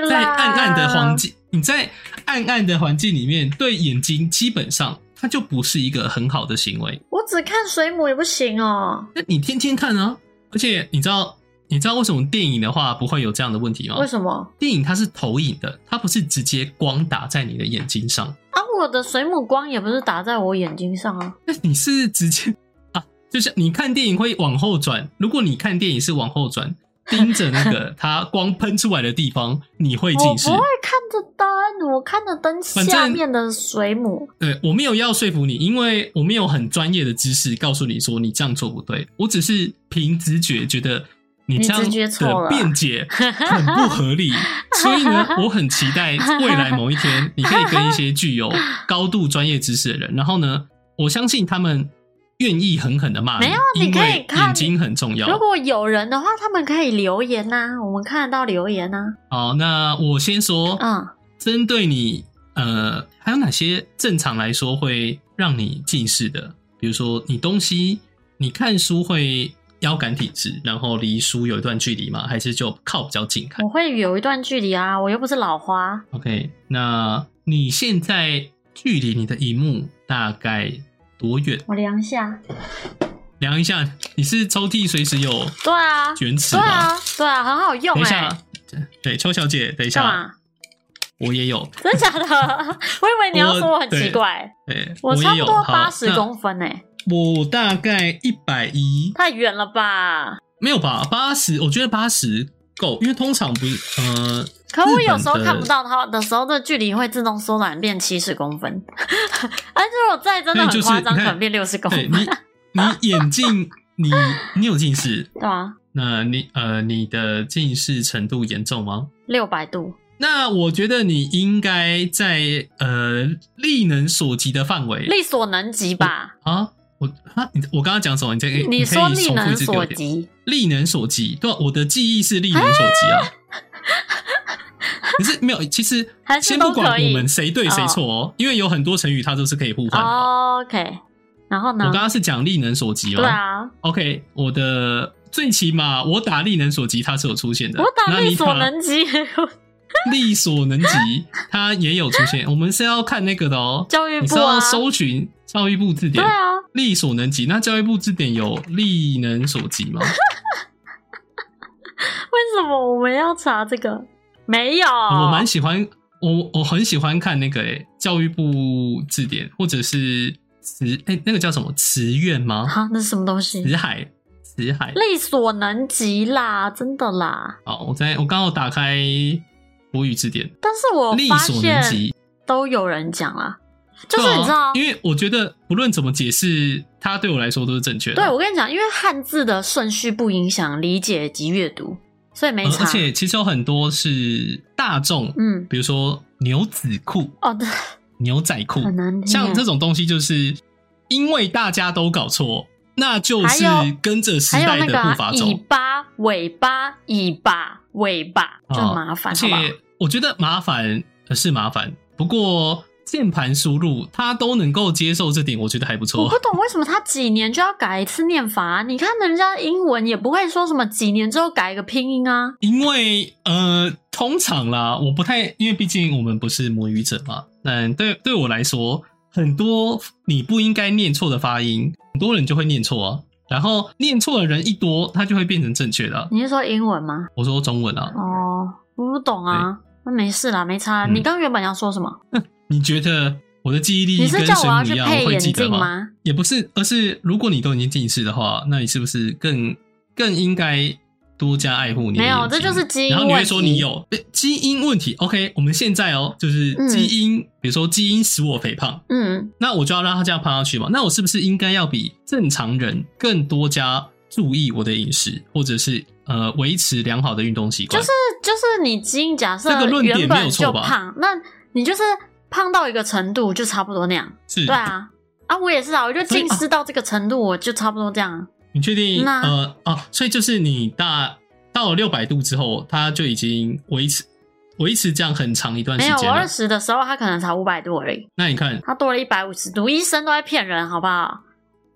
[SPEAKER 2] 你在
[SPEAKER 1] 啦
[SPEAKER 2] 暗暗的环境，你在暗暗的环境里面，对眼睛基本上它就不是一个很好的行为。
[SPEAKER 1] 我只看水母也不行哦。
[SPEAKER 2] 那你天天看啊，而且你知道，你知道为什么电影的话不会有这样的问题吗？
[SPEAKER 1] 为什么
[SPEAKER 2] 电影它是投影的，它不是直接光打在你的眼睛上，
[SPEAKER 1] 啊？我的水母光也不是打在我眼睛上啊。
[SPEAKER 2] 那你是直接啊，就像你看电影会往后转，如果你看电影是往后转，盯着那个它光喷出来的地方，你会
[SPEAKER 1] 我
[SPEAKER 2] 近视
[SPEAKER 1] 不。会看着灯，我看着灯
[SPEAKER 2] 反正
[SPEAKER 1] 下面的水母。
[SPEAKER 2] 对我没有要说服你，因为我没有很专业的知识告诉你说你这样做不对，我只是凭直觉觉得你这样
[SPEAKER 1] 你直觉错了
[SPEAKER 2] 的辩解很不 合理，所以呢，我很期待未来某一天你可以跟一些具有高度专业知识的人，然后呢，我相信他们愿意狠狠的骂你，
[SPEAKER 1] 没有
[SPEAKER 2] 因
[SPEAKER 1] 你可以
[SPEAKER 2] 为
[SPEAKER 1] 看
[SPEAKER 2] 眼睛很重要。
[SPEAKER 1] 如果有人的话，他们可以留言呐、我们看得到留言呐、
[SPEAKER 2] 好，那我先说，
[SPEAKER 1] 嗯，
[SPEAKER 2] 针对你，呃，还有哪些正常来说会让你近视的？比如说，你东西，你看书会腰杆挺直，然后离书有一段距离吗？还是就靠比较近看
[SPEAKER 1] 我会有一段距离啊，我又不是老花，
[SPEAKER 2] ？OK，那你现在距离你的荧幕大概多远？
[SPEAKER 1] 我量一下。
[SPEAKER 2] 量一下，你是抽屉随时有
[SPEAKER 1] 对 啊，
[SPEAKER 2] 卷尺
[SPEAKER 1] 对
[SPEAKER 2] 吗？
[SPEAKER 1] 啊，对啊，很好用
[SPEAKER 2] 等一
[SPEAKER 1] 哎、
[SPEAKER 2] 下，对，邱小姐，等一
[SPEAKER 1] 干
[SPEAKER 2] 下，
[SPEAKER 1] 嘛？
[SPEAKER 2] 我也有，
[SPEAKER 1] 真假的？ 我以为你要说我很奇怪。
[SPEAKER 2] 对，
[SPEAKER 1] 我
[SPEAKER 2] 也
[SPEAKER 1] 差不
[SPEAKER 2] 有
[SPEAKER 1] 多
[SPEAKER 2] 好
[SPEAKER 1] 八十
[SPEAKER 2] 那
[SPEAKER 1] 公分哎、
[SPEAKER 2] 我大概一百一，
[SPEAKER 1] 太远了吧？
[SPEAKER 2] 没有吧？八十，我觉得八十够，因为通常不是，呃，
[SPEAKER 1] 可我有时候
[SPEAKER 2] 日本的
[SPEAKER 1] 看不到它的时候，这距离会自动缩短变七十公分。而且我再真的
[SPEAKER 2] 对
[SPEAKER 1] 很
[SPEAKER 2] 就是
[SPEAKER 1] 夸张，
[SPEAKER 2] 你
[SPEAKER 1] 可
[SPEAKER 2] 看
[SPEAKER 1] 能变六十公
[SPEAKER 2] 对
[SPEAKER 1] 分，
[SPEAKER 2] 你，你眼镜，你你有近视，
[SPEAKER 1] 对啊，
[SPEAKER 2] 那你呃，你的近视程度严重吗？
[SPEAKER 1] 六百度。
[SPEAKER 2] 那我觉得你应该在呃力能所及的范围
[SPEAKER 1] 力所能及吧？
[SPEAKER 2] 啊。我啊，你我刚刚讲什么？你再给
[SPEAKER 1] 你
[SPEAKER 2] 可
[SPEAKER 1] 说
[SPEAKER 2] 以
[SPEAKER 1] 力
[SPEAKER 2] 重复
[SPEAKER 1] 能
[SPEAKER 2] 一次给我
[SPEAKER 1] 所
[SPEAKER 2] 听。
[SPEAKER 1] 及，
[SPEAKER 2] 力能所及，对啊、我的记忆是力能所及 啊。可是没有，其实
[SPEAKER 1] 还是
[SPEAKER 2] 先不
[SPEAKER 1] 都
[SPEAKER 2] 管
[SPEAKER 1] 可
[SPEAKER 2] 我
[SPEAKER 1] 以
[SPEAKER 2] 们谁对谁错哦，因为有很多成语它都是可以互换的嘛。
[SPEAKER 1] ？OK，然后
[SPEAKER 2] 我
[SPEAKER 1] 呢
[SPEAKER 2] 刚？刚是讲力能所及嘛，
[SPEAKER 1] 哦对啊，
[SPEAKER 2] OK，我的最起码我打力能所及它是有出现的，
[SPEAKER 1] 我打
[SPEAKER 2] 那
[SPEAKER 1] 力
[SPEAKER 2] 你
[SPEAKER 1] 所能及，
[SPEAKER 2] 力所能及它也有出 现。我们是要看那个的哦，
[SPEAKER 1] 教育
[SPEAKER 2] 你
[SPEAKER 1] 部
[SPEAKER 2] 是要
[SPEAKER 1] 啊，
[SPEAKER 2] 搜寻教育部字
[SPEAKER 1] 对
[SPEAKER 2] 典。
[SPEAKER 1] 啊，
[SPEAKER 2] 力所能及，那教育部字典有力能所及吗？
[SPEAKER 1] 为什么我们要查这个？没有，
[SPEAKER 2] 我蛮喜欢，我我很喜欢看那个、诶教育部字典，或者是词哎、那个叫什么词苑吗？
[SPEAKER 1] 啊，那是什么东西？
[SPEAKER 2] 词海，词海。
[SPEAKER 1] 力所能及啦，真的啦。
[SPEAKER 2] 好，我在我刚好打开国语字典，
[SPEAKER 1] 但是我
[SPEAKER 2] 力
[SPEAKER 1] 发
[SPEAKER 2] 所能
[SPEAKER 1] 现
[SPEAKER 2] 及，
[SPEAKER 1] 都有人讲啦，就
[SPEAKER 2] 对
[SPEAKER 1] 是
[SPEAKER 2] 啊
[SPEAKER 1] 你知道，
[SPEAKER 2] 因为我觉得不论怎么解释，它对我来说都是正确的。啊
[SPEAKER 1] 对我跟你讲，因为汉字的顺序不影响理解及阅读，所以没
[SPEAKER 2] 呃
[SPEAKER 1] 差
[SPEAKER 2] 而。且其实有很多是大众，
[SPEAKER 1] 嗯，
[SPEAKER 2] 比如说牛仔裤、
[SPEAKER 1] 哦，对
[SPEAKER 2] 牛仔裤，
[SPEAKER 1] 很难听耶。
[SPEAKER 2] 嗯像这种东西，就是因为大家都搞错，那就是
[SPEAKER 1] 还有
[SPEAKER 2] 跟着时
[SPEAKER 1] 还有
[SPEAKER 2] 代
[SPEAKER 1] 那
[SPEAKER 2] 的
[SPEAKER 1] 个
[SPEAKER 2] 步
[SPEAKER 1] 啊、
[SPEAKER 2] 伐走。
[SPEAKER 1] 尾巴、尾巴、尾巴、尾巴，就很
[SPEAKER 2] 啊
[SPEAKER 1] 麻烦，好
[SPEAKER 2] 而且
[SPEAKER 1] 不好？
[SPEAKER 2] 我觉得麻烦呃是麻烦，不过键盘输入他都能够接受，这点我觉得还不
[SPEAKER 1] 我
[SPEAKER 2] 错
[SPEAKER 1] 不。懂为什么他几年就要改一次念法、你看人家英文也不会说什么几年之后改一个拼音啊。
[SPEAKER 2] 因为呃，通常啦，我不太，因为毕竟我们不是母语者嘛。嗯，对，对我来说，很多你不应该念错的发音，很多人就会念错啊。然后念错的人一多，他就会变成正确的啊、
[SPEAKER 1] 你是说英文吗？
[SPEAKER 2] 我说中文啊，
[SPEAKER 1] 哦，我不懂啊。那没事啦，没差。
[SPEAKER 2] 嗯
[SPEAKER 1] 你刚原本要说什么？
[SPEAKER 2] 你觉得我的记忆力
[SPEAKER 1] 你
[SPEAKER 2] 跟
[SPEAKER 1] 是叫
[SPEAKER 2] 水
[SPEAKER 1] 我要
[SPEAKER 2] 母
[SPEAKER 1] 去
[SPEAKER 2] 一样
[SPEAKER 1] 配
[SPEAKER 2] 会
[SPEAKER 1] 眼
[SPEAKER 2] 记得
[SPEAKER 1] 镜
[SPEAKER 2] 吗？
[SPEAKER 1] 吗？
[SPEAKER 2] 也不是，而是如果你都已经近视的话，那你是不是更更应该多加爱护你的
[SPEAKER 1] 没有
[SPEAKER 2] 眼睛
[SPEAKER 1] 这就是基因
[SPEAKER 2] 然后你会说
[SPEAKER 1] 问题
[SPEAKER 2] 你有诶基因问题。OK，我们现在哦，就是
[SPEAKER 1] 嗯
[SPEAKER 2] 基因，比如说基因使我肥胖，
[SPEAKER 1] 嗯，
[SPEAKER 2] 那我就要让它这样胖下去嘛。那我是不是应该要比正常人更多加注意我的饮食，或者是呃维持良好的运动习惯？
[SPEAKER 1] 就是就是你基因假设
[SPEAKER 2] 这个论点
[SPEAKER 1] 原
[SPEAKER 2] 没
[SPEAKER 1] 本
[SPEAKER 2] 有
[SPEAKER 1] 就
[SPEAKER 2] 错吧
[SPEAKER 1] 胖，那你就是胖到一个程度就差不多那样。
[SPEAKER 2] 是
[SPEAKER 1] 对啊，啊，我也是啊，我就
[SPEAKER 2] 所以
[SPEAKER 1] 近视到这个程度，我就差不多这样啊。
[SPEAKER 2] 你确定？
[SPEAKER 1] 那
[SPEAKER 2] 呃哦，所以就是你大到了六百度之后，它就已经维持维持啊这样很长一段时
[SPEAKER 1] 没有，
[SPEAKER 2] 间
[SPEAKER 1] 我二
[SPEAKER 2] 了。
[SPEAKER 1] 十的时候它可能才五百度而已，
[SPEAKER 2] 那你看，
[SPEAKER 1] 它多了一百五十度，医生都在骗人，好不好？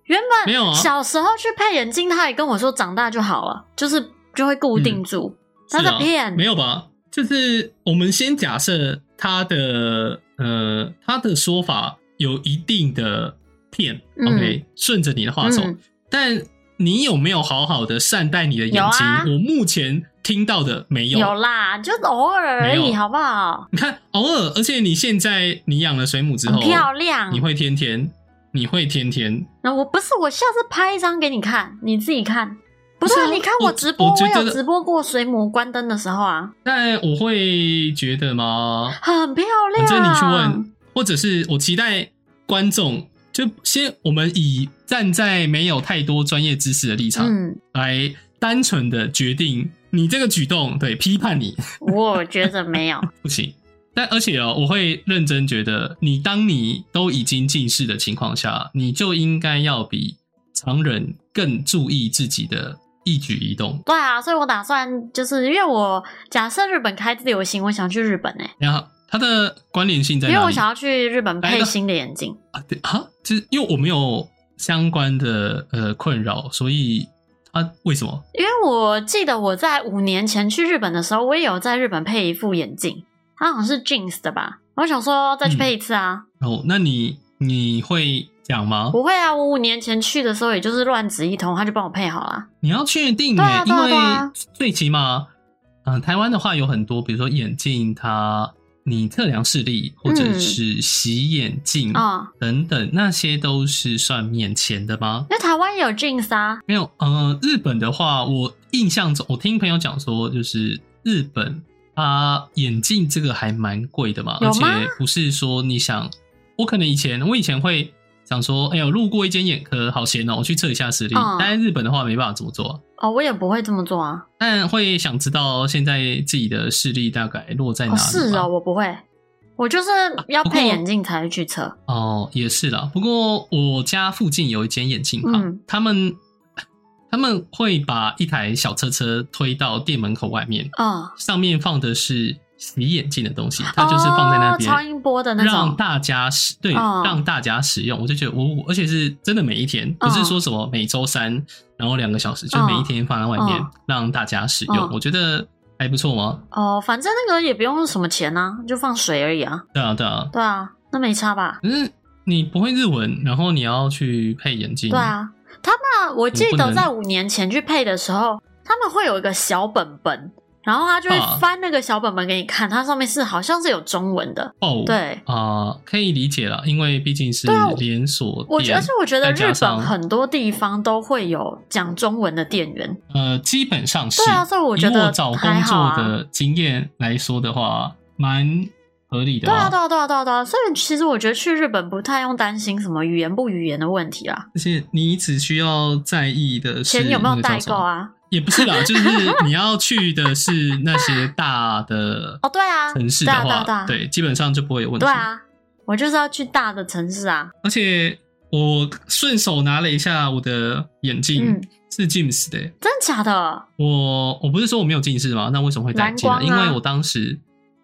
[SPEAKER 1] 原
[SPEAKER 2] 没有
[SPEAKER 1] 本
[SPEAKER 2] 啊
[SPEAKER 1] 小时候去配眼镜，他也跟我说长大就好了，就是就会固定住。他
[SPEAKER 2] 是
[SPEAKER 1] 在
[SPEAKER 2] 啊
[SPEAKER 1] 骗，
[SPEAKER 2] 没有吧？就是我们先假设他的呃他的说法有一定的骗、
[SPEAKER 1] 嗯
[SPEAKER 2] o k 顺着你的话走，
[SPEAKER 1] 嗯
[SPEAKER 2] 但你有没有好好的善待你的眼
[SPEAKER 1] 有
[SPEAKER 2] 睛？
[SPEAKER 1] 啊
[SPEAKER 2] 我目前听到的没有。
[SPEAKER 1] 有啦，就偶尔而
[SPEAKER 2] 没
[SPEAKER 1] 已，
[SPEAKER 2] 有
[SPEAKER 1] 好不好？
[SPEAKER 2] 你看，偶尔，而且你现在你养了水母之
[SPEAKER 1] 很
[SPEAKER 2] 后，
[SPEAKER 1] 漂亮
[SPEAKER 2] 你。会天天，你会天天，
[SPEAKER 1] 那我不是，我下次拍一张给你看，你自己看。不
[SPEAKER 2] 不
[SPEAKER 1] 是
[SPEAKER 2] 是
[SPEAKER 1] 啊，
[SPEAKER 2] 啊
[SPEAKER 1] 你看
[SPEAKER 2] 我
[SPEAKER 1] 我直播，
[SPEAKER 2] 我觉
[SPEAKER 1] 我有
[SPEAKER 2] 得
[SPEAKER 1] 直播过水母关灯的时候啊，
[SPEAKER 2] 但我会觉得吗？
[SPEAKER 1] 很漂亮。啊
[SPEAKER 2] 反正你去问，或者是我期待观众，就先我们以站在没有太多专业知识的立场、
[SPEAKER 1] 嗯，
[SPEAKER 2] 来单纯的决定你这个举动，对，批判你
[SPEAKER 1] 我觉得没 有。
[SPEAKER 2] 不行。但而且哦，我会认真觉得，你当你都已经近视的情况下，你就应该要比常人更注意自己的一举一动。
[SPEAKER 1] 对啊，所以我打算就是因为我假设日本开自由行，我想去日本哎、
[SPEAKER 2] 然后它的关联性在
[SPEAKER 1] 因为
[SPEAKER 2] 哪
[SPEAKER 1] 我
[SPEAKER 2] 里？
[SPEAKER 1] 想要去日本
[SPEAKER 2] 来
[SPEAKER 1] 配
[SPEAKER 2] 吧
[SPEAKER 1] 新的眼镜。
[SPEAKER 2] 啊，对啊，就是因为我没有相关的呃困扰，所以他为什么？
[SPEAKER 1] 因为我记得我在五年前去日本的时候，我也有在日本配一副眼镜，它好像是 Jeans 的吧。我想说再去配一次啊，
[SPEAKER 2] 哦，那你你会讲吗？
[SPEAKER 1] 不会啊，我五年前去的时候也就是乱指一通，他就帮我配好了。
[SPEAKER 2] 你要确定耶、欸
[SPEAKER 1] 对啊对
[SPEAKER 2] 因
[SPEAKER 1] 啊
[SPEAKER 2] 为
[SPEAKER 1] 对啊
[SPEAKER 2] 最起码，嗯、台湾的话有很多，比如说眼镜它。你测量视力或者
[SPEAKER 1] 嗯
[SPEAKER 2] 是洗眼镜
[SPEAKER 1] 啊、
[SPEAKER 2] 等等，那些都是算免钱的吗？
[SPEAKER 1] 因为台湾也有 Jeans 啊，
[SPEAKER 2] 没有，呃，日本的话，我印象中，我听朋友讲说，就是日本它眼镜这个还蛮贵的嘛，
[SPEAKER 1] 有
[SPEAKER 2] 而且
[SPEAKER 1] 吗
[SPEAKER 2] 不是说你想，我可能以前我以前会想说，哎呦，路过一间眼科，好闲哦，我去测一下视力。
[SPEAKER 1] 嗯
[SPEAKER 2] 但是日本的话没办法这么做啊，
[SPEAKER 1] 哦，我也不会这么做啊。
[SPEAKER 2] 但会想知道现在自己的视力大概落哎在哪
[SPEAKER 1] 哦，
[SPEAKER 2] 里、
[SPEAKER 1] 是哦，，我不会，我就是要
[SPEAKER 2] 不过
[SPEAKER 1] 配眼镜才会去测。
[SPEAKER 2] 哦，也是啦。不过我家附近有一间眼镜行，
[SPEAKER 1] 嗯
[SPEAKER 2] 他们他们会把一台小车车推到店门口外面。
[SPEAKER 1] 嗯，
[SPEAKER 2] 上面放的是洗眼镜的东西，它哦就是放在那
[SPEAKER 1] 哦超
[SPEAKER 2] 边、
[SPEAKER 1] 音波的那
[SPEAKER 2] 让
[SPEAKER 1] 种。
[SPEAKER 2] 大家使对、
[SPEAKER 1] 哦
[SPEAKER 2] 让大家使用。我就觉得我而且是真的每一天，
[SPEAKER 1] 嗯
[SPEAKER 2] 不是说什么每周三然后两个小时，就
[SPEAKER 1] 哦
[SPEAKER 2] 每一天放在外面、
[SPEAKER 1] 哦
[SPEAKER 2] 让大家使用。
[SPEAKER 1] 哦
[SPEAKER 2] 我觉得还不错吗？
[SPEAKER 1] 哦，反正那个也不用什么钱啊，就放水而已啊。
[SPEAKER 2] 对啊，对啊。
[SPEAKER 1] 对啊，那没差吧？
[SPEAKER 2] 可是你不会日文，然后你要去配眼镜，
[SPEAKER 1] 对，啊，他们啊我记
[SPEAKER 2] 不
[SPEAKER 1] 得
[SPEAKER 2] 能
[SPEAKER 1] 在五年前去配的时候，他们会有一个小本本，然后他就
[SPEAKER 2] 啊
[SPEAKER 1] 会翻那个小本本给你看，它上面是好像是有中文的。
[SPEAKER 2] 哦，
[SPEAKER 1] 对，
[SPEAKER 2] 啊、可以理解了，因为毕竟是
[SPEAKER 1] 对啊我
[SPEAKER 2] 连锁
[SPEAKER 1] 我觉
[SPEAKER 2] 店
[SPEAKER 1] 而且，我觉得
[SPEAKER 2] 再加
[SPEAKER 1] 日
[SPEAKER 2] 上
[SPEAKER 1] 本很多地方都会有讲中文的店员。
[SPEAKER 2] 呃，基本上是。
[SPEAKER 1] 对啊，所以我
[SPEAKER 2] 以
[SPEAKER 1] 觉得
[SPEAKER 2] 我找
[SPEAKER 1] 还
[SPEAKER 2] 工
[SPEAKER 1] 好
[SPEAKER 2] 作
[SPEAKER 1] 啊。
[SPEAKER 2] 的经验来说的话，蛮合理的
[SPEAKER 1] 对
[SPEAKER 2] 吧。
[SPEAKER 1] 啊，对啊，对啊，对啊，对啊！所以其实我觉得去日本不太用担心什么语言不语言的问题啦，
[SPEAKER 2] 而且你只需要在意的是
[SPEAKER 1] 钱有没
[SPEAKER 2] 那
[SPEAKER 1] 有
[SPEAKER 2] 个叫
[SPEAKER 1] 代
[SPEAKER 2] 什
[SPEAKER 1] 购
[SPEAKER 2] 么？
[SPEAKER 1] 啊？
[SPEAKER 2] 也不 是啦，就是你要去的是那些大的
[SPEAKER 1] 哦，对啊，
[SPEAKER 2] 城市
[SPEAKER 1] 对
[SPEAKER 2] 的
[SPEAKER 1] 啊，对啊，对
[SPEAKER 2] 话，
[SPEAKER 1] 啊，
[SPEAKER 2] 对，基本上就不会有问题
[SPEAKER 1] 对。啊，我就是要去大的城市啊。
[SPEAKER 2] 而且我顺手拿了一下我的眼镜
[SPEAKER 1] 嗯，
[SPEAKER 2] 是 James 的欸。
[SPEAKER 1] 真假的？
[SPEAKER 2] 我我不是说我没有近视吗？那为什么会戴眼镜呢？
[SPEAKER 1] 蓝
[SPEAKER 2] 因
[SPEAKER 1] 光啊
[SPEAKER 2] 为我当时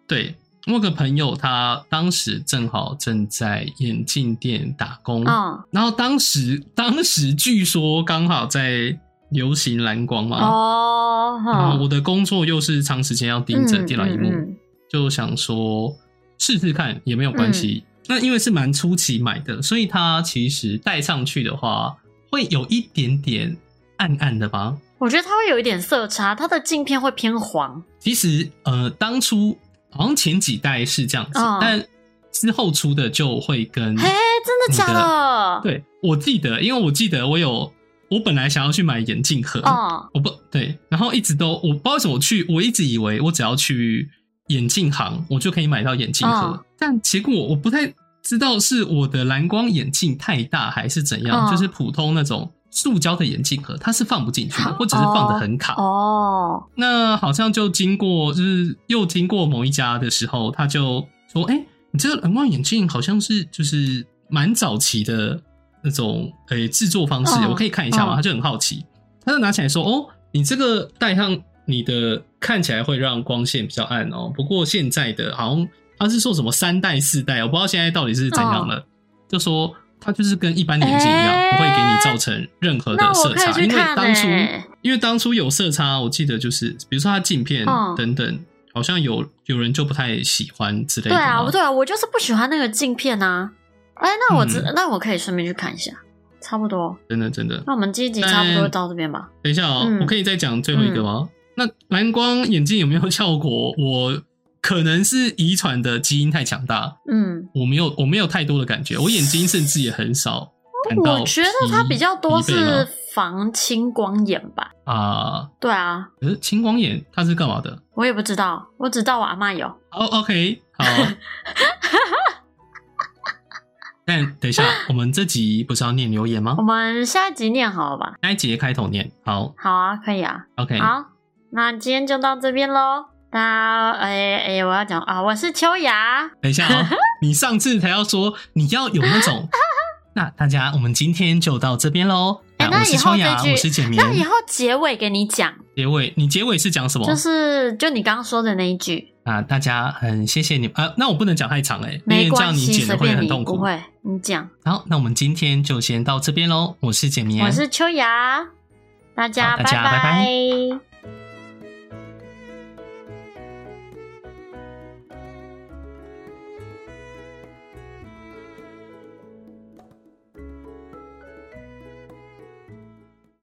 [SPEAKER 2] 对我有个朋友，他当时正好正在眼镜店打工，
[SPEAKER 1] 嗯，
[SPEAKER 2] 然后当时当时据说刚好在流行蓝光嘛，
[SPEAKER 1] 哦，
[SPEAKER 2] 然后
[SPEAKER 1] 哼
[SPEAKER 2] 我的工作又是长时间要盯着电脑荧幕，
[SPEAKER 1] 嗯嗯
[SPEAKER 2] 就想说试试看也没有关系。
[SPEAKER 1] 嗯
[SPEAKER 2] 那因为是蛮初期买的，所以它其实戴上去的话，会有一点点暗暗的吧。
[SPEAKER 1] 我觉得它会有一点色差，它的镜片会偏黄。
[SPEAKER 2] 其实呃，当初好像前几代是这样子，
[SPEAKER 1] 嗯
[SPEAKER 2] 但之后出的就会跟
[SPEAKER 1] 嘿，真的假
[SPEAKER 2] 你
[SPEAKER 1] 的？，
[SPEAKER 2] 对嗯我记得，因为我记得我有我本来想要去买眼镜盒，
[SPEAKER 1] 哦，
[SPEAKER 2] 我不对，然后一直都我不知道为什么我去，我一直以为我只要去眼镜行，我就可以买到眼镜盒，
[SPEAKER 1] 嗯
[SPEAKER 2] 但结果我不太知道是我的蓝光眼镜太大还是怎
[SPEAKER 1] 嗯
[SPEAKER 2] 样，就是普通那种塑胶的眼镜盒，它是放不进去的，或者是放的很卡。
[SPEAKER 1] 哦，
[SPEAKER 2] 那好像就经过，就是又经过某一家的时候，他就说：“哎、你这个蓝光眼镜好像是就是蛮早期的那种哎诶制、作方式，
[SPEAKER 1] 嗯
[SPEAKER 2] 我可以看一下吗？”
[SPEAKER 1] 嗯
[SPEAKER 2] 他就很好奇，他就拿起来说：“哦，你这个戴上你的看起来会让光线比较暗哦。不过现在的好像他是说什么三代四代，我不知道现在到底是怎样
[SPEAKER 1] 哦
[SPEAKER 2] 了。就说它就是跟一般眼镜一样，
[SPEAKER 1] 欸
[SPEAKER 2] 不会给你造成任何的
[SPEAKER 1] 那我
[SPEAKER 2] 色
[SPEAKER 1] 可以
[SPEAKER 2] 差，
[SPEAKER 1] 去
[SPEAKER 2] 因为
[SPEAKER 1] 看
[SPEAKER 2] 当初
[SPEAKER 1] 欸
[SPEAKER 2] 因为当初有色差，我记得就是比如说它镜片
[SPEAKER 1] 嗯
[SPEAKER 2] 等等，好像有有人就不太喜欢之类
[SPEAKER 1] 对
[SPEAKER 2] 的
[SPEAKER 1] 啊，
[SPEAKER 2] 嘛。
[SPEAKER 1] 我对啊，我就是不喜欢那个镜片啊。哎、那我知，
[SPEAKER 2] 嗯
[SPEAKER 1] 那我可以顺便去看一下，差不多。
[SPEAKER 2] 真的真的。
[SPEAKER 1] 那我们这一集差
[SPEAKER 2] 嗯
[SPEAKER 1] 不多到这边吧。
[SPEAKER 2] 等一下哦，
[SPEAKER 1] 嗯
[SPEAKER 2] 我可以再讲最后一个吗？那蓝光眼镜有没有效果？我可能是遗传的基因太强大，
[SPEAKER 1] 嗯，
[SPEAKER 2] 我没有我没有太多的感觉，我眼睛甚至也很少感到疲。
[SPEAKER 1] 我觉得它比较多
[SPEAKER 2] 疲惫
[SPEAKER 1] 是
[SPEAKER 2] 吗
[SPEAKER 1] 防青光眼吧。
[SPEAKER 2] 啊，
[SPEAKER 1] 对啊，
[SPEAKER 2] 可是青光眼它是干嘛的？
[SPEAKER 1] 我也不知道，我只知道我阿嬷有。
[SPEAKER 2] 哦、o k 好。但等一下，我们这集不是要念留言吗
[SPEAKER 1] 我？们下一集念好了吧？
[SPEAKER 2] 那一节开头念。好
[SPEAKER 1] 好啊，可以啊。
[SPEAKER 2] ，OK，
[SPEAKER 1] 好，那今天就到这边喽。那哎哎，我要讲啊，我是秋雅。
[SPEAKER 2] 等一 下哦，你上次才要说你要有那种。那大家，我们今天就到这边喽。
[SPEAKER 1] 哎那
[SPEAKER 2] 我是
[SPEAKER 1] 以后
[SPEAKER 2] 秋雅，
[SPEAKER 1] 这句
[SPEAKER 2] 我是简明。
[SPEAKER 1] 那以后结尾给你讲，
[SPEAKER 2] 结尾，你结尾是讲什么？
[SPEAKER 1] 就是就你刚刚说的那一句，
[SPEAKER 2] 啊，大家很谢谢你们啊。那我不能讲太长哎、因
[SPEAKER 1] 没
[SPEAKER 2] 为这
[SPEAKER 1] 关
[SPEAKER 2] 样你
[SPEAKER 1] 系，
[SPEAKER 2] 剪
[SPEAKER 1] 随
[SPEAKER 2] 的会
[SPEAKER 1] 便
[SPEAKER 2] 很
[SPEAKER 1] 你，
[SPEAKER 2] 痛
[SPEAKER 1] 不
[SPEAKER 2] 苦。
[SPEAKER 1] 会，你讲。
[SPEAKER 2] 好，那我们今天就先到这边喽。我是简明，
[SPEAKER 1] 我是秋雅，大家
[SPEAKER 2] 啊好大家拜拜
[SPEAKER 1] 拜